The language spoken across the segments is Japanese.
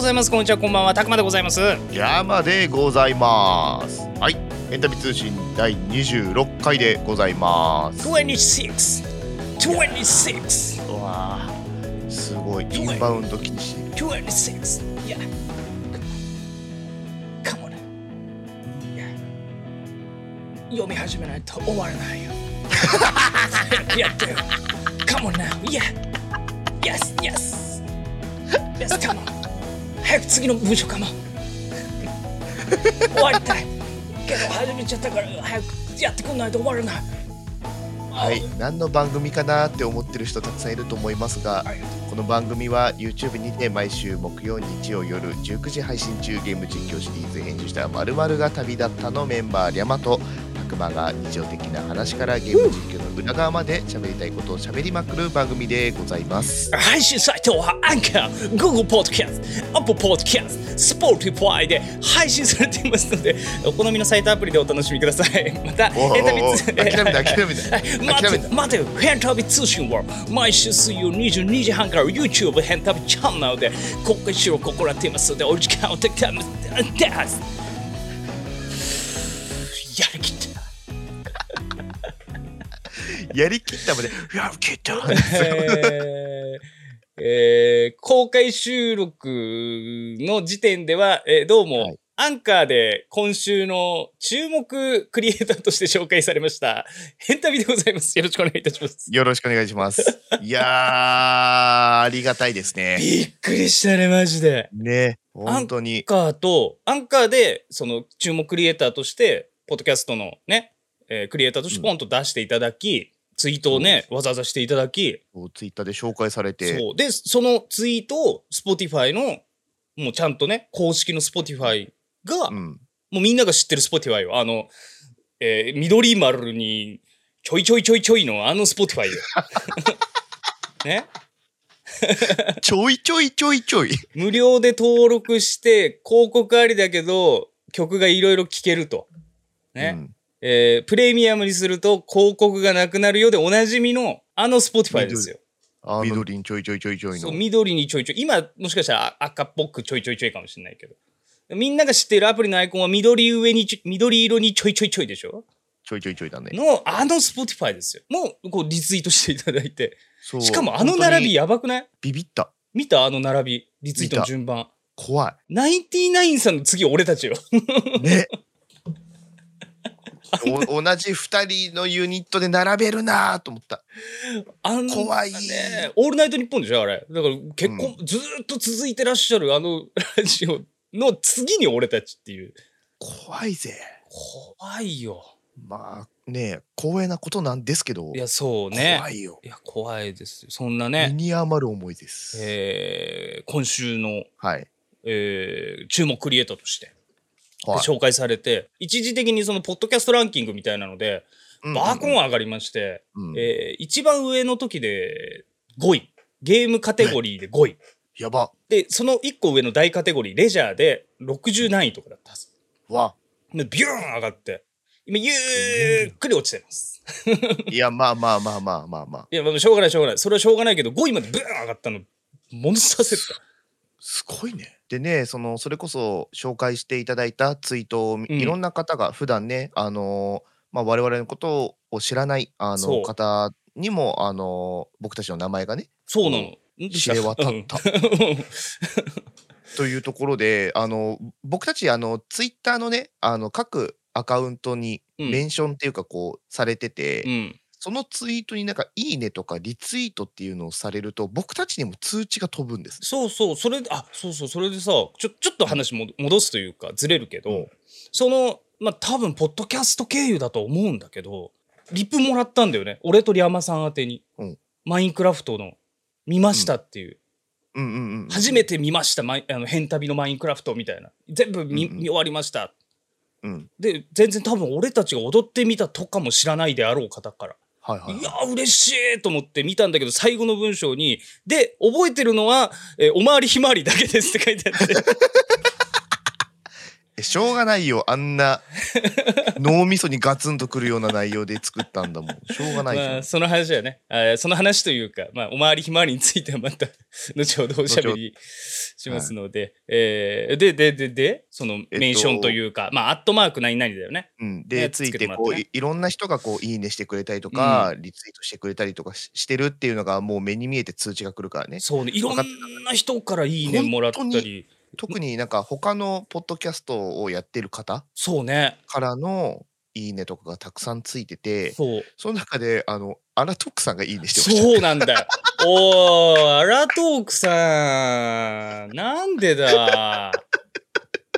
ざいますこんにちはこんばんはたくまでございます山でございますはいエンタメ通信第26回でございます262626うわーすごいインバウンド気にしいやカモねいや読み始めないと終わらないよ やってよカモな Yeah Yes Yes Yes カモ早く次の文章かも 終わりたいけど始めちゃったから早くやってくんないと終わらないはい何の番組かなって思ってる人たくさんいると思いますがありがとうこの番組は YouTube にて毎週木曜日曜夜19時配信中ゲーム実況シリーズ編集したまるが旅立ったのメンバーリャマと白馬が日常的な話からゲーム実況の裏側まで喋りたいことを喋りまくる番組でございます。配信サイトはアンカー、Google Podcast、Apple Podcast、Spotify で配信されていますので、お好みのサイトアプリでお楽しみください。 また、おーおエンタメーお通ー諦めた諦 めた諦め 待たて待てよ、ヘンタビ通信は毎週水曜22時半から YouTube ヘンタビチャンネルで公開収録を行っていますので、お時間をたくさんです。やりきった。やりきったまで「やりきった!」 えーえー公開収録の時点では、えーどうも、はいアンカーで今週の注目クリエイターとして紹介されました、ヘンタビでございます。よろしくお願いいたします。よろしくお願いします。いやーありがたいですね。びっくりしたね、マジで。ね本当にアンカーと、アンカーで、その、注目クリエイターとして、ポッドキャストのね、えークリエイターとしてポンと出していただき、ツイートをね、わざわざしていただき、ツイッターで紹介されてそうでそのツイートを Spotify のもうちゃんとね公式の Spotify が、うもん、うみんなが知ってる Spotify よあの、えー緑丸にちょいちょいちょいちょいのあの Spotify よねちょいちょいちょいちょい。無料で登録して広告ありだけど曲がいろいろ聴けるとね、うんえープレミアムにすると広告がなくなるようでおなじみのあの Spotify ですよあの緑にちょいちょいちょいちょいそのう。緑にちょいちょい今もしかしたら赤っぽくちょいちょいちょいかもしれないけどみんなが知ってるアプリのアイコンは緑上にちょ緑色にちょいちょいちょいでしょちょいちょいちょいだね。のあの Spotify ですよもうこうリツイートしていただいてそうしかもあの並び本やばくない当にビビった。見たあの並びリツイートの順番怖ナインティナインさんの次俺たちよい。ね。 お同じ二人のユニットで並べるなーと思った。あの怖いねオールナイトニッポンでしょあれだから結婚、ずーっと続いてらっしゃるあのラジオの次に俺たちっていう怖いぜ。怖いよまあね光栄なことなんですけど、いやそうね怖いよ。いや、怖いですよ。そんな身ね、に余る思いです。えー今週の、はい。えー注目クリエイターとして、はい。紹介されて、一時的にその、ポッドキャストランキングみたいなので、うんバーコン上がりまして、うんえー一番上の時で5位。ゲームカテゴリーで5位。やば。で、その1個上の大カテゴリー、レジャーで60何位とかだったはず。わ。でビューン上がって、今、ゆっくり落ちてます。いや、まあまあまあまあまあまあ。いや、まあしょうがない、しょうがない。それはしょうがないけど、5位までブーン上がったの、モンスターセット。すごいね。でね、その、それこそ紹介していただいたツイートを見、うんいろんな方が普段ね、あのー、まあ、我々のことを知らない、あそうの、方にも、あのー、僕たちの名前がね、そうなの。知れ渡ったというところで、あの、僕たち、あの、ツイッターのね、あの、各アカウントに、 うんメンションっていうか、こう、されてて、うん。そのツイートになんか、いいねとか、リツイートっていうのをされると、僕たちにも通知が飛ぶんです。そうそう、それで、あ、そうそう、それでさ、ちょ、ちょっと話も戻すというか、ずれるけど、うんその、まあ、多分、ポッドキャスト経由だと思うんだけど、リプもらったんだよね。俺とリャマさん宛てに。うんマインクラフトの、見ましたっていう。うんうんうん。初めて見ました、マイあの、変旅のマインクラフトみたいな。全部見,、うんうん見終わりました。うん。で、全然多分、俺たちが踊ってみたとかも知らないであろう方から。はいはいいやー嬉しいと思って見たんだけど最後の文章に「で覚えてるのは、えーおまわりひまわりだけです」 って書いてあって えしょうがないよあんな脳みそにガツンとくるような内容で作ったんだもんしょうがないじゃまんあ、その話だよね。あーその話というか、まあ、おまわりひまわりについてはまた、 後ほどおしゃべりしますので、えーで、で、で、で、そのとメンションというか、まあ、アットマーク何々だよね。うん、ねでついつけててもらこってうねいいろんな人がこういいねしてくれたりとか、リツイートしてくれたりとかししてるっていうのがもう目に見えて通知が来るからねそうね、いろんな人からいいねもらった本当り、特になんか他のポッドキャストをやってる方そうね、からのいいねとかがたくさんついててそう。その中であのアラトックさんがいいねしてましたそうなんだよ。おー、アラトークさん、なんでだ。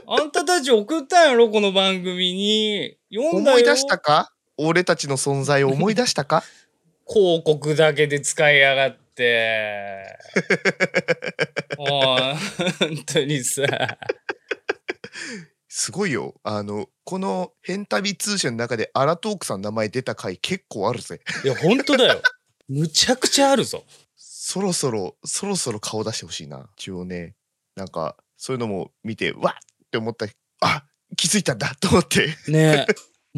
あんたたち送ったんやろ、この番組に。読んだよ。思い出したか俺たちの存在を思い出したか広告だけで使いやがって。 もう、本当にさ。すごいよあのこの「変旅通信」の中でアラトークさんの名前出た回結構あるぜいや、本当だよ。むちゃくちゃあるぞ。そろそろそろそろ顔出してほしいな一応ねなんかそういうのも見てわっって思ったあ気づいたんだと思ってねえ。 あった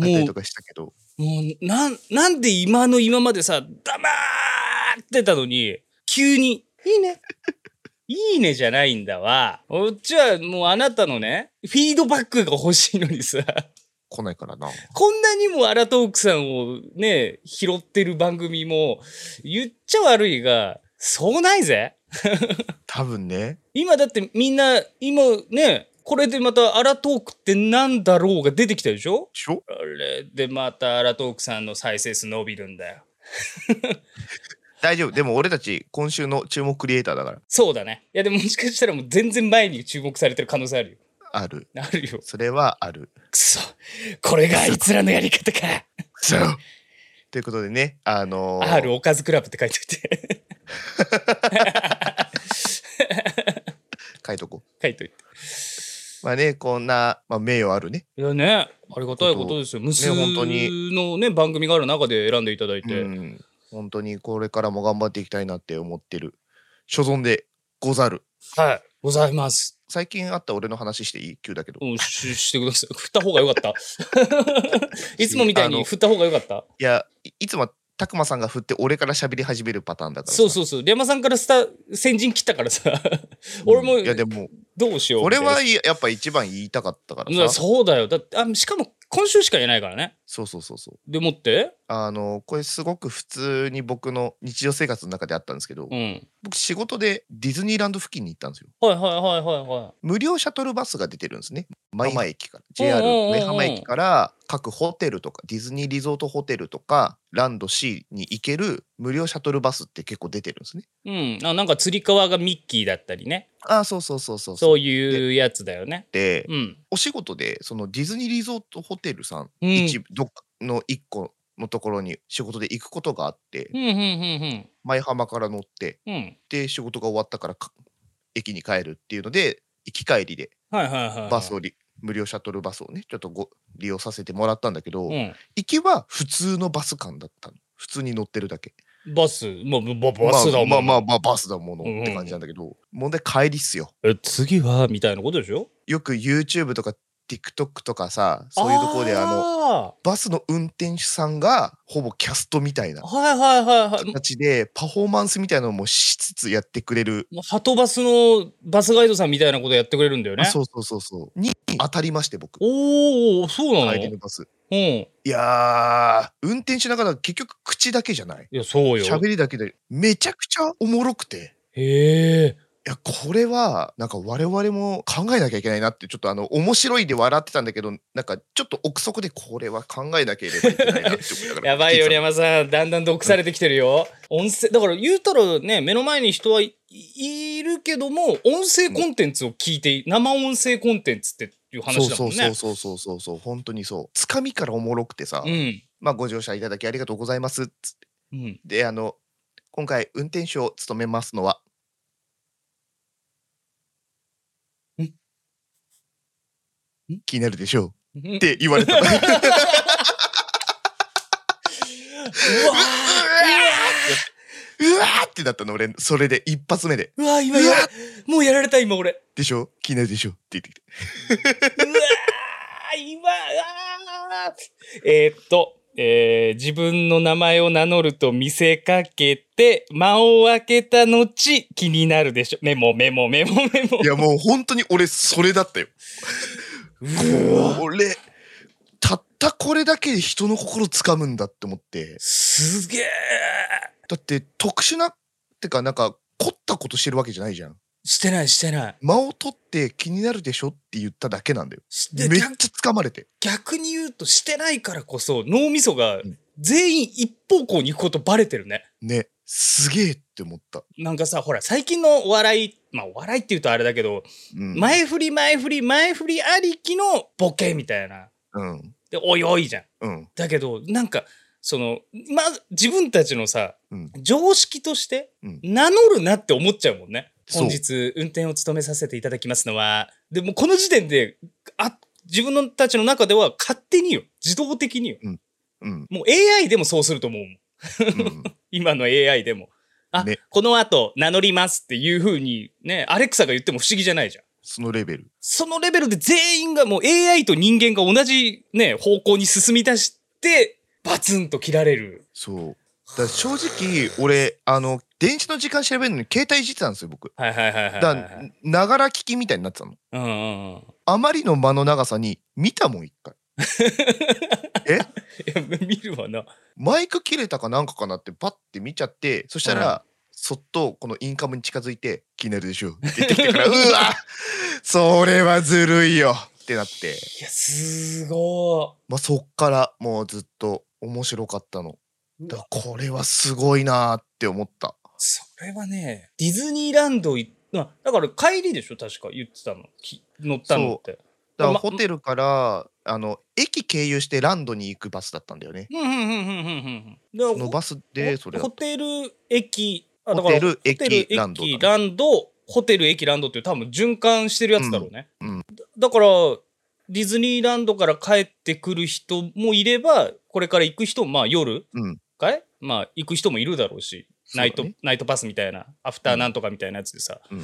りもとかしたけどう、もう、なん、なんで今の今までさ、黙ってたのに、急に、いいね。いいねじゃないんだわ。こっちはもうあなたのね、フィードバックが欲しいのにさ。来ないからなこんなにもアラトークさんをね、拾ってる番組も、言っちゃ悪いが、そうないぜ。多分ね今だってみんな、今ね、これでまたアラトークってなんだろうが出てきたでしょしょあれでまたアラトークさんの再生数伸びるんだよ。大丈夫でも俺たち今週の注目クリエイターだからそうだね。いやでももしかしたらもう全然前に注目されてる可能性あるよ。あるあるよ。それはあるくそ。これがあいつらのやり方か。そうということでねあのー R おかずクラブって書いておいて。 書いとこ書いておいて。うまあねこんな、まあ、名誉あるねいやね、ありがたいことですよ。無数本当にのね、番組がある中で選んでいただいて。うん本当にこれからも頑張っていきたいなって思ってる所存でござるはい。ございます。最近あった俺の話していい急だけど、ういん、ししてください。振った方がよか った。いつもみたいあにの振った方がよかった。やいいつもたくまさんが振って俺から喋り始めるパターンだからさそうそうそう。リャマさんからスタ、先陣切ったからさ。俺もうんいやでもどうしようみた俺いな。はいやっぱ一番言いたかったかうらわさそうだよ。だって、あ、しかも今週しか言えないからね。そうそうそうそうでもって、あのこれすごく普通に僕の日常生活の中であったんですけど、うん。僕仕事でディズニーランド付近に行ったんですよはいはいはいはいは無料シャトルバスが出てるんですね舞浜駅かうら JR んうんうんうん上浜駅から各ホテルとかディズニーリゾートホテルとかランド C に行ける無料シャトルバスって結構出てるんですねい。うん。あなんかつり革がミッキーだったりね。ああそうそうそうそうそそうういうやつだよね。でうん。お仕事でそのディズニーリゾートホテルさんうん。一部どっかの一個のところに仕事で行くことがあってうんうんうん舞浜から乗ってうん。うん。で仕事が終わったからか駅に帰るっていうので行き帰りではいはいはいはい。バスをり無料シャトルバスをねちょっとご利用させてもらったんだけど、う行きは普通のバス間だったの普通に乗ってるだけん。バス、まあ、まバスだもん。まあまあまあ、まあ、バスだものうんうんって感じなんだけど、問題帰りっすよえ次はみたいなことでしょよく YouTube とか TikTok とかさそういうところであのの。バスの運転手さんがほぼキャストみたいなはいはいはいはい。形でパフォーマンスみたいなのもしつつやってくれる、もうハトバスのバスガイドさんみたいなことやってくれるんだよね。そうそうそうそうに当たりまして僕おお、そうなの帰りうのバスん。いいやー運転しながら結局口だけじゃないや、そうよ。喋りだけでめちゃくちゃおもろくてへえ。いやこれはなんか我々も考えなきゃいけないなってちょっとあの面白いで笑ってたんだけどなんかちょっと憶測でこれは考えなければいけないなって思いながらやばいよ、聞て山さん。だんだん毒されてきてるよ。音声、だから言うたらね、目の前に人はい、いるけども、音声コンテンツを聞いて、生音声コンテンツっていうた話だそもうんそねう。そうそうそうそう本当にそうつかみからおもろくてさ、うん。まあご乗車いただきありがとうございますつうん。であの今回運転手を務めますのはんん気になるでしょうって言われたやうわうわーってなったの俺それで一発目でうわ今やらもうやられた今俺でしょ気になるでしょって言ってきてうわ今ばあーえーっと、えー自分の名前を名乗ると見せかけて、間を開けた後、気になるでしょ。メモ、メモ、メモ、メモい。やもう本当に俺それだったよ。うわ俺たったこれだけで人の心掴むんだって思って。すげえだって特殊なってかなんか凝ったことしてるわけじゃないじゃん。してない、してない。間を取って気になるでしょって言っただけなんだよ。めしてっちゃ逆掴まれて。逆に言うと、してないからこそ、脳みそがん全員一方向に行くことバレてるね。ね。すげえって思った。なんかさ、ほら、最近のお笑い、まあ、お笑いって言うとあれだけど、うん。前振り前振り前振りありきのボケみたいな。うん。で、おいおいじゃん。うん。だけど、なんか、その、まあ、自分たちのさ、うん常識として、うん名乗るなって思っちゃうもんね。そう本日、運転を務めさせていただきますのは、でもうこの時点で、あ、自分のたちの中では勝手によ。自動的によ。 うん。もう AI でもそうすると思うもん。うん。今の AI でも。あ、ねこの後名乗りますっていう風にね、アレクサが言っても不思議じゃないじゃん。そのレベル。そのレベルで全員がもう AI と人間が同じね、方向に進み出して、バツンと切られる。そう。だから正直、俺、あの、電池の時間調べるのに携帯いじってたんですよ、僕。はいはいはいはい、はだいからながら聞きみたいになってたの。うんうんうん。あまりの間の長さに、見たもん、一回。いや、見るわな。マイク切れたかなんかかなって、パッて見ちゃって、そしたら、そっとこのインカムに近づいて、気になるでしょ って言ってき てから、うわそれはずるいよってなって、いや、すごまあ、そっからもうずっと面白かったの。い。だからこれはすごいなーって思った。それはね、ディズニーランド行あだから帰りでしょ確か言ってたの。き乗ったのって。だかまらホテルから、あの、駅経由してランドに行くバスだったんだよね。うんうんうんうんうんうん。だからそのバスで、それだホっテル駅、あだホからテルホテル駅駅ランドだねランドホテル駅ランドっていう多分循環してるやつだろうね、うんうんだだからディズニーランドから帰ってくる人もいればこれから行く人もまあ夜うんかい、まあ行く人もいるだろうしそうだナねイトナイトパスみたいなアフターなんとかみたいなやつでさ、うん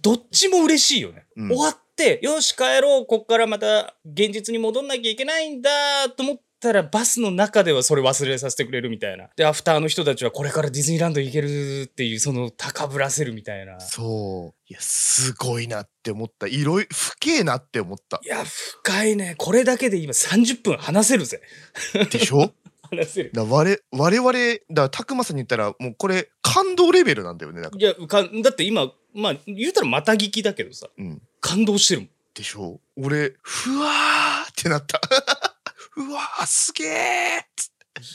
どっちも嬉しいよね、うん終わってよし帰ろうこっからまた現実に戻んなきゃいけないんだと思ったらバスの中ではそれ忘れさせてくれるみたいなでアフターの人たちはこれからディズニーランド行けるっていうその高ぶらせるみたいなた。そう。いや、すごいなって思った。いろいろ、深えなって思った い。や深いねこれだけで今30分話せるぜでしょ話せるだから我我々、だから、たくまさんに言ったら、もうこれ、感動レベルなんだよね。だから。いやかだって今まあ言うたらまた聞きだけどさうん。感動してるもんでしょ俺、ふわーってなった。 うわー、すげえ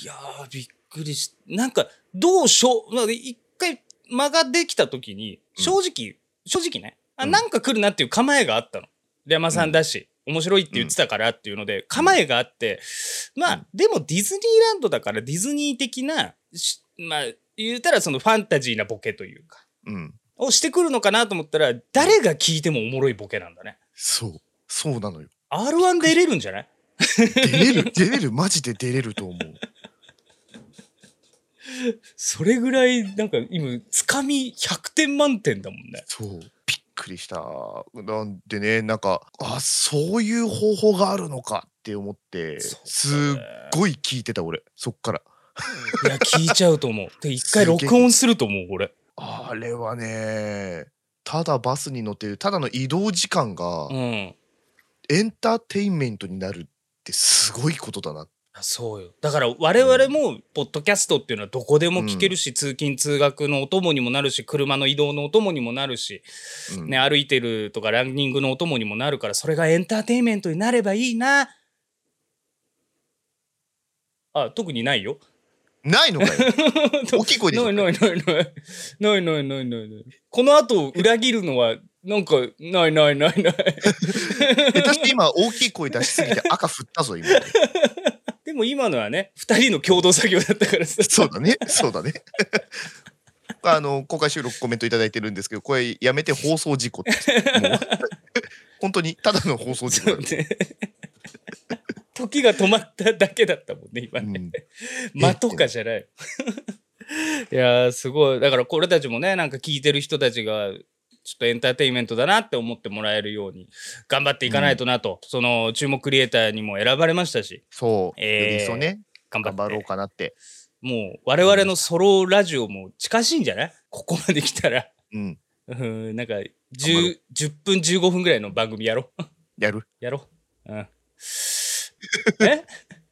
いやー、びっくりし、なんか、どうしょう、まあ、一回間ができた時に、うん正直、正直ね、あ、うんなんか来るなっていう構えがあったの。レマさんだし、面白いって言ってたからっていうので、構えがあって、まうんあ、でもディズニーランドだからディズニー的な、しまあ、言うたらそのファンタジーなボケというか、うん。をしてくるのかなと思ったら、誰が聞いてもおもろいボケなんだね。そう。そうなのよ。 R1 出れるんじゃない出れる、出れる、マジで出れると思う。それぐらい、なんか今、つかみ100点満点だもんね。そう。びっくりした。なんでね、なんか、あ、そういう方法があるのかって思って、そうだねすっごい聞いてた、俺。そっから。いや、 聞いちゃうと思 う。で、一回すげえ録音すると思う、俺。あれはね、ただバスに乗ってる、ただの移動時間がうん。エンターテインメントになるってすごいことだな。あそうよ。だから、我々も、ポッドキャストっていうのはどこでも聞けるし、通勤・通学のお供にもなるし、車の移動のお供にもなるし、うんね、歩いてるとかランニングのお供にもなるから、それがエンターテインメントになればいいな。あ、特にないよ。ないのかよ。 大きい声で言なういないないない。ないないないないない。この後、裏切るのは、なんか、ないないないない。下手して今大きい声出しすぎて赤振ったぞ、今。でも今のはね、二人の共同作業だったからさ。 そうだね、そうだね。あの公開収録コメントいただいてるんですけど、これやめて放送事故っ て。もう本当にただの放送事故そだう、ね。 時が止まっただけだったもんね、今うね。ん間とかじゃない。いやー、すごい。だからこれたちもね、なんか聞いてる人たちが、ちょっとエンターテインメントだなって思ってもらえるように頑張っていかないとなと、その注目クリエイターにも選ばれましたしそう、えーより一層ね頑張っ頑て張ろうかなってもう我々のソロラジオも近しいんじゃないここまで来たら。うんうん、なんか 10, 頑張ろ10分15分ぐらいの番組やろう。やるやろう。うん。え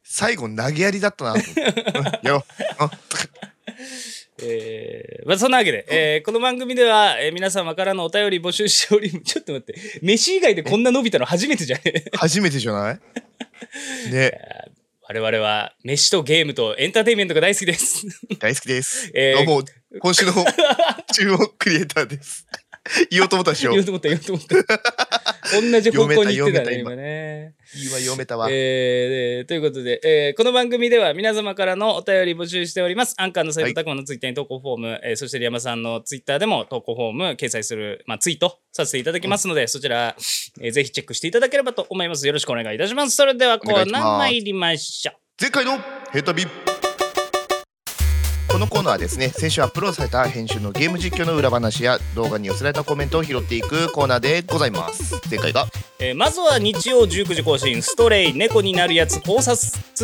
最後投げやりだった なと思ってうんやろうえーまあ、そんなわけで、えーこの番組では、えー皆様からのお便り募集しており、 ちょっと待って、飯以外でこんな伸びたの初めてじゃね え初めてじゃないね我々は、飯とゲームとエンターテインメントが大好きです。大好きです、えーどうも今週の注目クリエイター です言おうと思ったでしょ言おうと思った、言おうと思った。 同じ方向に行ってたね、読めた読めた今ね。言いは読めたわ、えーえーということで、えーこの番組では皆様からのお便り募集しております。アンカーのサイト、はいたくまのツイッターに投稿フォーム、えーそしてリヤマさんのツイッターでも投稿フォーム掲載する、まあ、ツイートさせていただきますので、そちら、えーぜひチェックしていただければと思います。よろしくお願いいたします。それではコお願ーいしナますー参りましょう。前回のヘタビこのコーナーはですね先週アップロードされた編集のゲーム実況の裏話や動画に寄せられたコメントを拾っていくコーナーでございます前回がえーまずは日曜19時更新、ストレイ、猫になるやつ、考察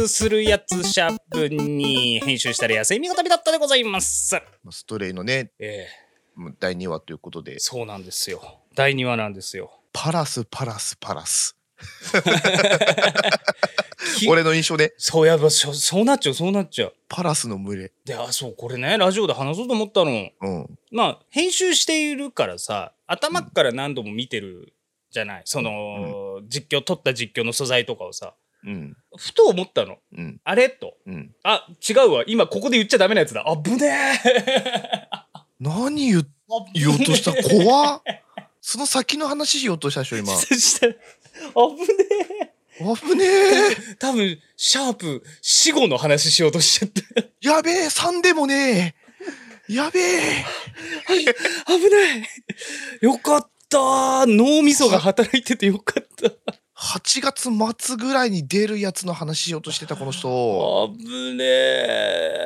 するやつ、シャープに編集したら野生味が旅だったでございます。ストレイのねえ第2話ということでーそうなんですよ。第2話なんですよ。パラスパラスパラスき俺の印象でそうやっぱそそうなっちゃうそうなっちゃう。パラスの群れであそうこれねラジオで話そうと思ったの。うんまあ編集しているからさ頭から何度も見てるじゃない、その、実況撮った実況の素材とかをさうんふと思ったのうんあれとうんあ違うわ今ここで言っちゃダメなやつだあぶねえ何言 言おう とした怖っその先の話しようとしたでし ょ今そしたらあぶね危ねええ多分シャープ死後の話しようとしちゃったやべえ3でもねえやべえはい、危ない。よかった。脳みそが働いててよかった。 8月末ぐらいに出るやつの話しようとしてたこの人危ねえ。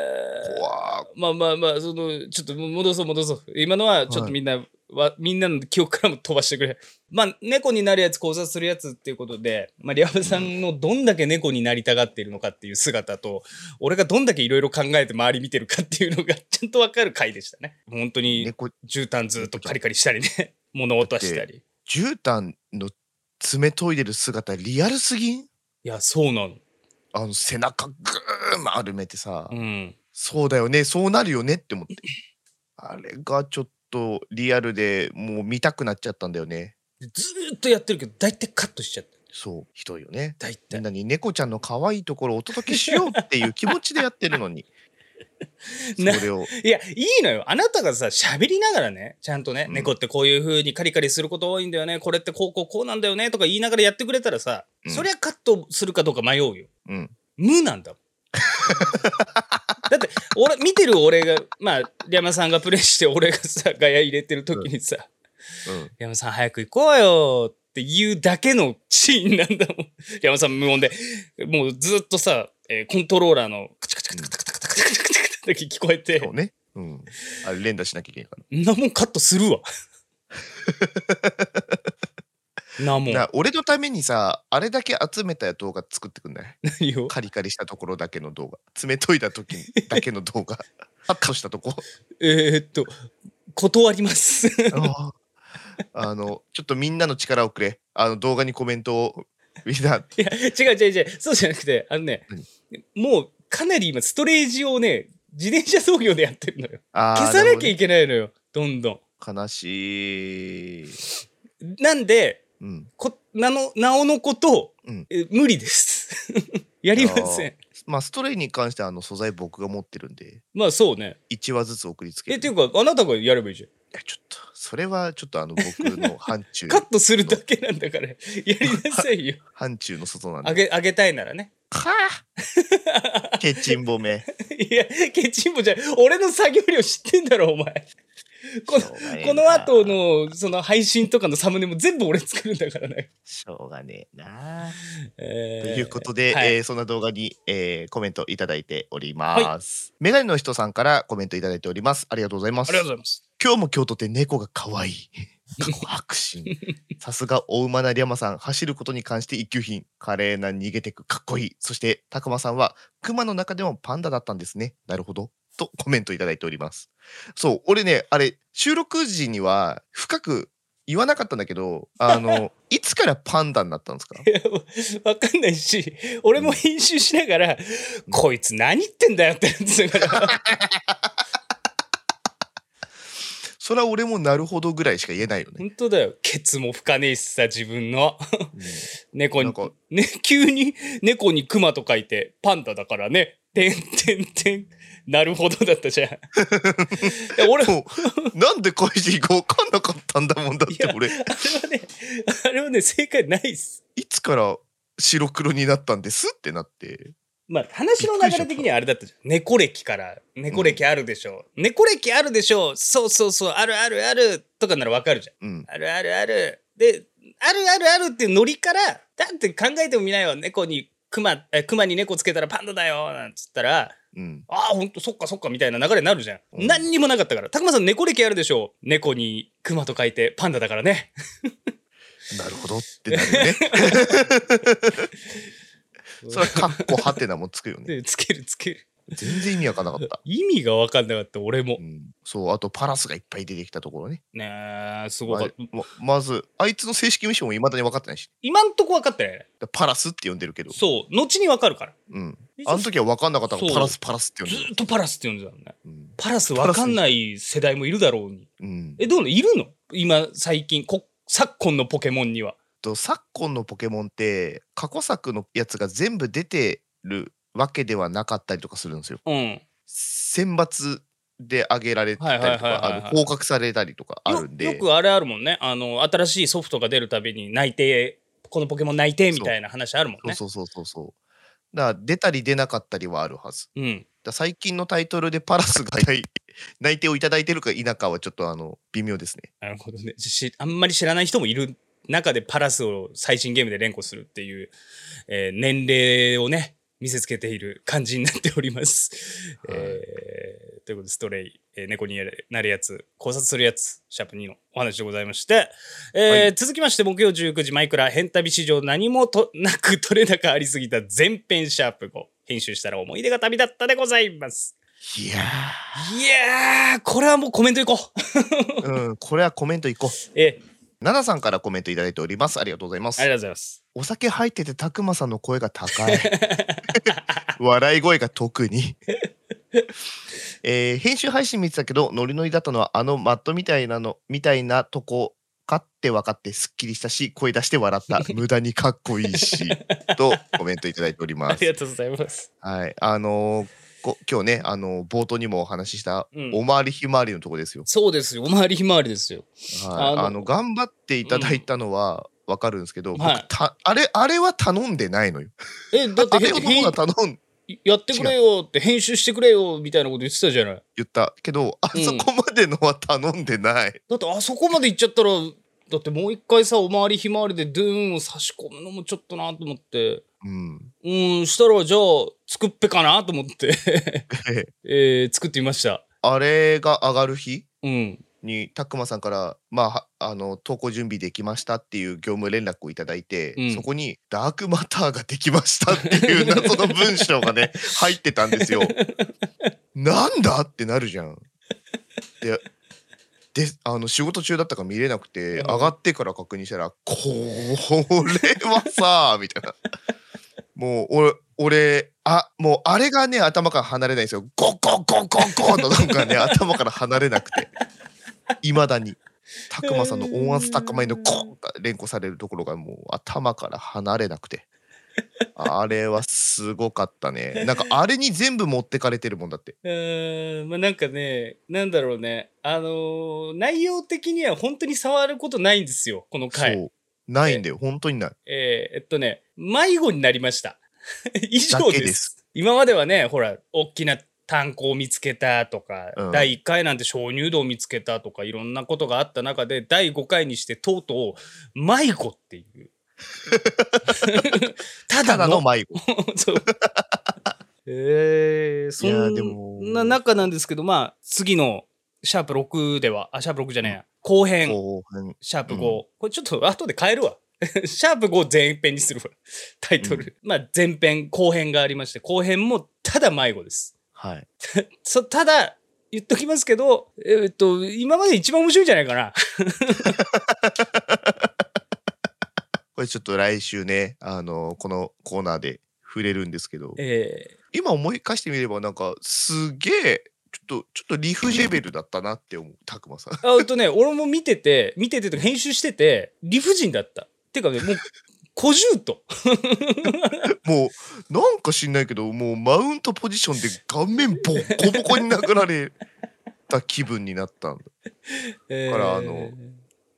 怖っまあまあまあ、その、ちょっと戻そう戻そう。今のはちょっとみんな、はみんなの記憶からも飛ばしてくれ。まあ、猫になるやつ、考察するやつっていうことで、まあ、リアムさんのどんだけ猫になりたがっているのかっていう姿と、俺がどんだけいろいろ考えて周り見てるかっていうのが ちゃんとわかる回でしたね。本当に、猫絨毯ずっとカリカリしたりね、物音したり。絨毯の爪研いでる姿リアルすぎんいや、そうなの。あの背中ぐーん丸めてさ、うん。そうだよねそうなるよねって思ってあれがちょっとリアルでもう見たくなっちゃったんだよねずーっとやってるけど、大体カットしちゃった。そうひどいよね大みん体。なに猫ちゃんの可愛いところをお届けしようっていう気持ちでやってる のにそなれをいや、いいのよ。あなたがさ、喋りながらね、ちゃんとね、うん猫ってこういう風にカリカリすること多いんだよね、これってこうこうこうなんだよね、とか言いながらやってくれたらさ、うんそりゃカットするかどうか迷うよ。うん無なんだもん。 だって、俺、見てる俺が、まあ、リャマさんがプレイして、俺がさ、ガヤ入れてる時にさ、うんリャマさん早く行こうよっていうだけのシーンなんだもん。リャマさん無音で、もうずっとさ、えーコントローラーの カチカチカチカチカチカチカチカチカチだけ聞こえて、そうねうんあれ連打しなきゃいけないからんなもんカットする わ。なもん。な俺のためにさあれだけ集めた動画作ってくんない何よカリカリしたところだけの動画爪研いだ時だけの 動画カットしたとこえー、っと、断ります。あー あのちょっとみんなの力をくれあの動画にコメン トをみんな、いや、違う違う違う。そうじゃなくて、あのね、もうかなり今、ストレージをね、自転車操業でやってるのよ。あー消さなきゃでいけないのよ。どんどもね悲しい、ん。なんで、うん、こなのなおのこと、うんえ無理です やりませんまあストレイに関してはあの素材僕が持ってるんでまあそうね1話ずつ送りつけえるっていうかあなたがやればいいじゃいやちょっとそれはちょっとあの僕の範 疇んカットするだけなんだからやりなさいよ 範疇の外なんあでげあげたいならねかあケチンボめいやケチンボじゃん俺の作業量知ってんだろお前このこの後のその配信とかのサムネも全部俺作るんだから ね、しょうがねえな。えーということで、はいえーそんな動画に、えーコメントいただいております。メガネの人さんからコメントいただいております。ありがとうございまあすりがとうご。ざいます今日も京都って猫が可愛い。確信さすが大馬なリャマさん走ることに関して一級品華麗な逃げてくかっこいいそしてたくまさんはクマの中でもパンダだったんですねなるほどとコメントいただいておりますそう俺ねあれ収録時には深く言わなかったんだけど あのいつからパンダになったんですかわかんないし、俺も編集しながら、こいつ何言ってんだよってなってたから、 それは俺もなるほどぐらいしか言えない よね、本当だよ。ケツも吹かねえしさ、自分の。猫なにん、かね、急に猫にクマと書いて、パンダだからね。てんてんてん。なるほどだったじ ゃん。いや俺、もうなんで返していいか分かんなかったんだもんだっいてや俺あれはね、あれはね、正解ないっす。いつから白黒になったんですってなってまあ、話の流れ的にはあれだったじゃん。猫歴から、猫歴あるでしょう。猫歴あるでしょう。そうそうそう、あるあるある。とかならわかるじゃん。うんあるあるある。で、あるあるあるっていうノリから、だって考えてもみなよ。猫に、熊、え熊に猫つけたらパンダだよ。なんつったら、うんああ、ほんと、そっかそっか、みたいな流れになるじゃん。うん何にもなかったから。たくまさん、猫歴あるでしょう。猫に、熊と書いて、パンダだからね。 なるほどってなるよね それはカッコハテナもつくよねでつけるつける。全然意味わかんなかった、意味が分かんなかった、俺もう。ん、そうあとパラスがいっぱい出てきたところねねえ、すごまかった。ままずあいつの正式名称もいまだに分かってないし今んとこ分かったよね。だパラスって呼んでるけどそう、後に分かるから。うんあの時は分かんなかったからそうパラスパラスって呼んずでるーっとパラスって呼んでたもんね。うんパラス分かんない世代もいるだろうに。うん、ええ、どうなのいるの今、最近、こ昨今のポケモンには。っと昨今のポケモンって過去作のやつが全部出てるわけではなかったりとかするんですようん。選抜で挙げられたりとはいはいはいかはいはあいの降格されたりとかあるんでよよくあれあるもんねあの新しいソフトが出るたびに内定このポケモン内定みたいな話あるもんねそうそうそうそうそうだから出たり出なかったりはあるはずうんだから最近のタイトルでパラスが 内定をいただいてるか否かはちょっとあの微妙ですねなるほどねしあんまり知らない人もいる中でパラスを最新ゲームで連呼するっていう、えー年齢をね見せつけている感じになっております、はいえーということでストレイ、えー猫になるやつ考察するやつシャープ2のお話でございまして、えーは続きまして木曜19時マイクラ「変旅史上何もとなく取れ高ありすぎた全編シャープ5」編集したら思い出が旅立ったでございますいいややーこれはもうコメントいこうー、うん、これはコメントいこうえーナナさんからコメントいただいておりますありがとうございまありがとうすございますお酒入っててたくまさんの声が高い笑い声が特にえー編集配信見てたけどノリノリだったのはあのマットみたいなのみたいなとこかって分かってすっきりしたし声出して笑った 無駄にかっこいいしとコメントいただいておりあまりすがとうございますはいあのーこ今日ねあのー冒頭にもお話ししたうんおまわりひまわりのとこですよ、そうですよ。おまわりひまわりですよ。はいああのの頑張っていただいたのは分かるんですけど、はい僕たあれあれは頼んでないのよえ、だっあてれへをどへこんが頼んやってくれよって編集してくれよみたいなこと言ってたじゃない。言ったけどあうんそこまでのは頼んでない、だってあそこまで行っちゃったら、だってもう一回さ、おまわりひまわりでドゥーンを差し込むのもちょっとなと思って。うん、うん、したらじゃあ、作っぺかなと思って、 でえー作ってみました。あれが上がる日うん。にたくまさんから「まあはあの投稿準備できました」っていう業務連絡をいただいて、うんそこに「ダークマターができました」っていう謎の文章が ね入ってたんですよ。なんだってなるじゃん。でであの仕事中だったから見れなくてうん上がってから確認したら「これはさ」みたいな。もう俺俺あもうあれがね頭から離れないんですよゴッゴッゴッゴッゴッのなん かね頭から離れなくていまだにたくまさんの音圧高まりのコーンが連呼されるところがもう頭から離れなくてあれはすごかったねなんかあれに全部持ってかれてるもん だってうん、まあなんかね、なんだろうね。あのー内容的には本当に触ることないんですよ、この回。そうないんだよ本当にないえーえっとね、迷子になりました。 以上だでけす。です今まではね、ほら、大きな炭鉱を見つけたとか、うん第1回なんて鍾乳洞を見つけたとか、いろんなことがあった中で、第5回にしてとうとう、迷子って いう。たただだの の、迷子 そう。えー、そいやんでもな中なんですけど、まあ、次の、シャープ6では、あ、シャープ6じゃねえや、後編、後半シャープ5。うんこれちょっと後で変えるわ。 シャープ5前編にするわ。 タイトル。まあ前編、後編がありまして、後編もただ迷子です。はいそただ言っときますけど、えーっと、今まで一番面白いんじゃないか な。これちょっと来週ねあのこのコーナーで触れるんですけどえ今思い返してみればなんかすげえちょっとちょっとリフジェベルだったなって思うたくまさん ー、あえっとね、俺も見てて、見ててとか編集してて、理不尽だった。てかね、もう、小獣と。 もうなんか知んないけどもうマウントポジションで顔面ボッコボコに殴られた気分になったんでえーからあの、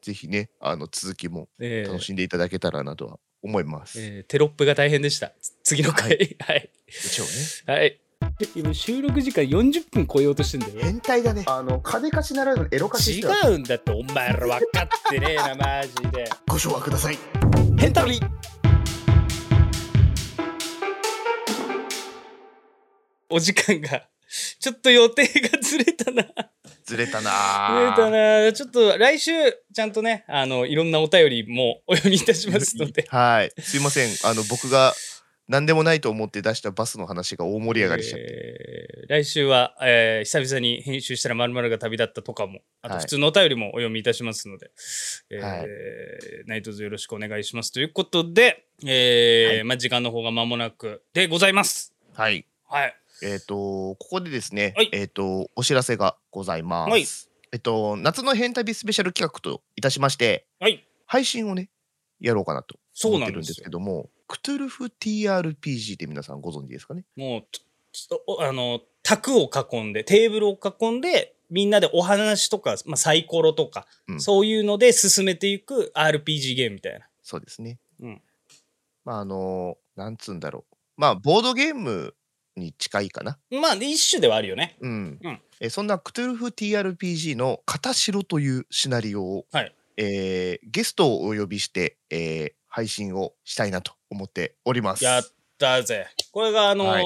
ぜひねあの続きもえー楽しんでいただけたらなとは思います、えーテロップが大変でした。つ次の回。はい。でしょうねはい。今収録時間40分超えようとしてんだよ。変態だねあの金貸しならぬエロ違うんだって、お前ら分かってねえな、マジで。ご唱和くださいヘンタリお時間が、ちょっと予定がずれたな。ずずれたなれたな。ちょっと来週、ちゃんとね、あの、いろんなお便りもお読みいたしますので。はいすいませんあの僕が何でもないと思って出したバスの話が大盛り上がりしちゃって、えー来週は、えー久々に編集したらまるが旅立ったとかも、あとはい普通のお便りもお読みいたしますので、えーはい何卒よろしくお願いしますということで、えーはいまあ、時間の方が間もなくでございます。はいはい。えっ、とここでですね、はいえっ、とお知らせがございます、はいえっ、と夏の変旅スペシャル企画といたしましてはい。配信をねやろうかなとそう思っなてんるでんですすよけ。どもクトゥルフ TRPG って皆さんご存知ですかねもうちょちょっとおあの卓を囲んでテーブルを囲んでみんなでお話とか、まあ、サイコロとか、うんそういうので進めていく RPG ゲームみたいな。そうですね。うんまああのなんつうんだろう。まあボードゲームに近いかな。まあで一種ではあるよね。うん。うんえそんなクトゥルフ TRPG の「片白」というシナリオを、はいえーゲストをお呼びして、えー配信をしたいなと思っております。やったぜ。これがあの、はい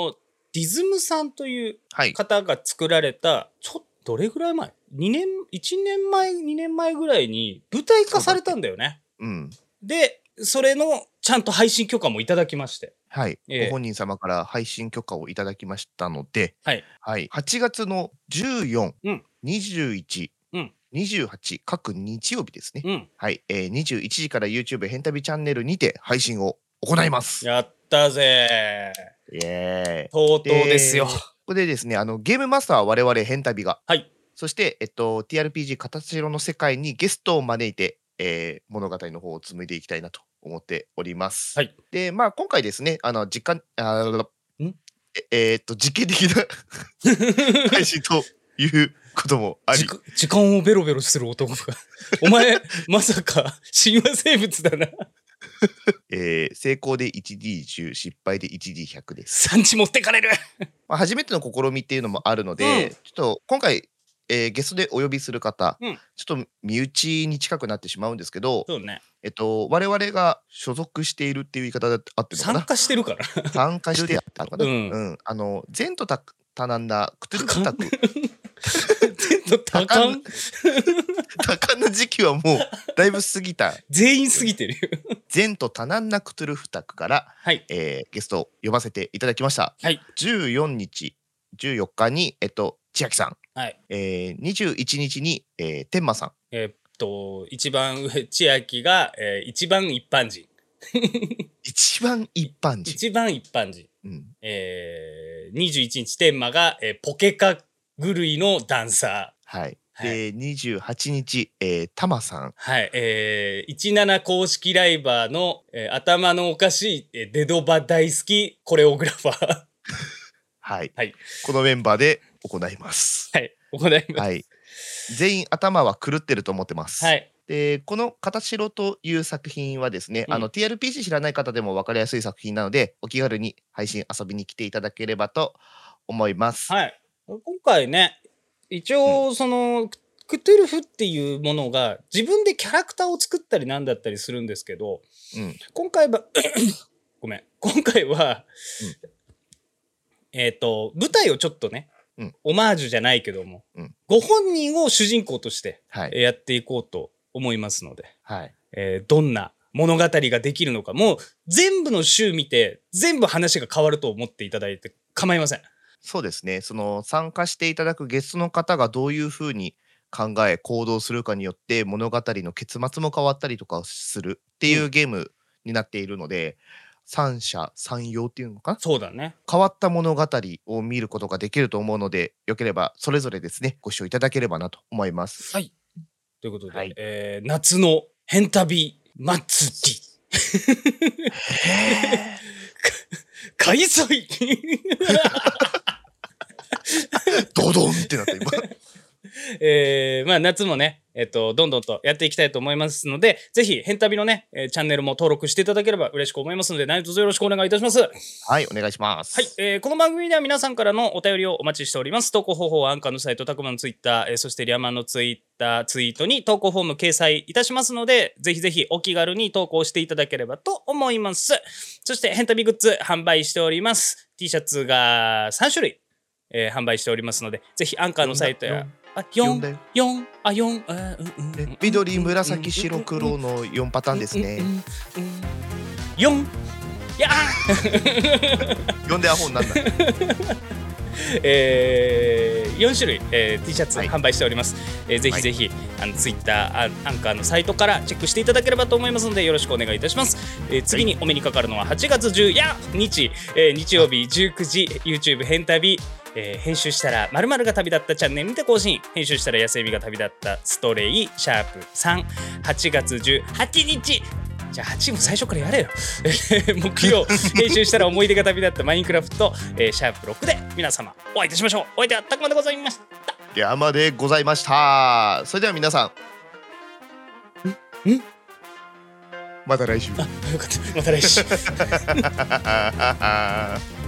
ディズムさんというはい。方が作られたちょっとどれぐらい前 ?2 年1年前2年前ぐらいに舞台化されたんだよね。うん。でそれのちゃんと配信許可もいただきまして。はい、ええご本人様から配信許可をいただきましたので、はい8月の14、うん21、うん28各日曜日ですね、うん。はい、えー、21時から YouTube ヘンタビチャンネルにて配信を行います。やったぜ。イエーイとうとうですよえ。ーここでですね、あのゲームマスターは我々ヘンタビが、はい、そして、えっと、TRPG 形の世界にゲストを招いて、えー物語の方を紡いでいきたいなと思っております。はい、で、まあ、今回ですね、あの実感、あーんええーっと、実験的な配信ということもあり時、間時間をベロベロする男が。 お前、まさか、神話生物だな。えー成功で 1D10、失敗で 1D100 です。産地持ってかれる。まあ、初めての試みっていうのもあるのうで、んちょっと今回、えーゲストでお呼びする方、うんちょっと身内に近くなってしまうんですけど、そうね。えっと、我々が所属しているっていう言い方であってるのか参な加してるから。参加してやったのかな、ううんんあの前途た多難なクトゥルフタク全部多感。多感な時期はもうだいぶ過ぎた全員すぎてるよ。前途多難なクトゥルフタクから、はい。えーゲストを呼ばせていただきました、はい14日14日に、えっと、千秋さん、はい。えー、21日に、えー、天馬さんえーっと、一番上、千秋が、えー一番一般人。一番一般人、一番一般人。うん、えー、21日テーマが、えーポケカ狂いのダンサー。はい、はいで28日、えー、タマさんはい、えー、17公式ライバーの、えー頭のおかしい、えーデドバ大好きコレオグラファー。 はい、はいこのメンバーで行いますはい、行います。はい全員頭は狂ってると思ってます、はい、でこの「片白」という作品はですね、うんあの TRPG 知らない方でも分かりやすい作品なのでお気軽に配信遊びに来ていただければと思います、はい。今回ね、一応、その、ククトゥルフっていうものが、自分でキャラクターを作ったりなんだったりするんですけど、うん今回は、 ごめん、今回は、うんえっ、と、舞台をちょっとね、うんオマージュじゃないけども、うんご本人を主人公としてはい。えーやっていこうと思いますので、はい。えーどんな物語ができるのか、もう全部の週見て、全部話が変わると思っていただいて構いません。そうですね。その参加していただくゲストの方がどういうふうに考え、行動するかによって物語の結末も変わったりとかするっていうゲームになっているので、三者三様っていうのかなそうだね。変わった物語を見ることができると思うので、よければそれぞれですね、ご視聴いただければなと思います。はい。ということで、はいえー夏の変旅祭 り。開催ドドンってなった 今。えーまあ夏もね、えっと、どんどんとやっていきたいと思いますので、ぜひ、変旅のね、えーチャンネルも登録していただければ嬉しく思いますので、何卒よろしくお願いいたします。はい、お願いします。はい、えーこの番組では皆さんからのお便りをお待ちしております。投稿方法はアンカーのサイト、タクマのツイッター、えーそしてリアマンのツイッター、ツイートに投稿フォーム掲載いたしますので、ぜひぜひお気軽に投稿していただければと思います。そして、ヘンタビグッズ販売しております。T シャツが3種類、えー販売しておりますので、ぜひアンカーのサイトや、あ、呼4、んだよ。 4、あ、4、あうんうんうんうんえ緑、紫、白、黒の4パ mm, ターンですね。。 4! いやー呼んでアホになんだ。えー、4種類、えー、T シャツはい販売しております、えーぜひぜひ、あのツイッターアンカーのサイトからチェックしていただければと思いますのでよろしくお願いいたします、えー次にお目にかかるのは8月10や日、えー日曜日19時 YouTube 変旅えー編集したら〇〇が旅立ったチャンネルにて更新編集したら野生日が旅立ったストレイシャープ38月18日じゃあ8も最初からやれよ 木曜編集したら思い出が旅立ったマインクラフト、えーシャープ6で皆様お会いいたしましょうお相手はたくまでございました山でございました。それでは皆さん。んんまた来週。 あよかったまた来週はははは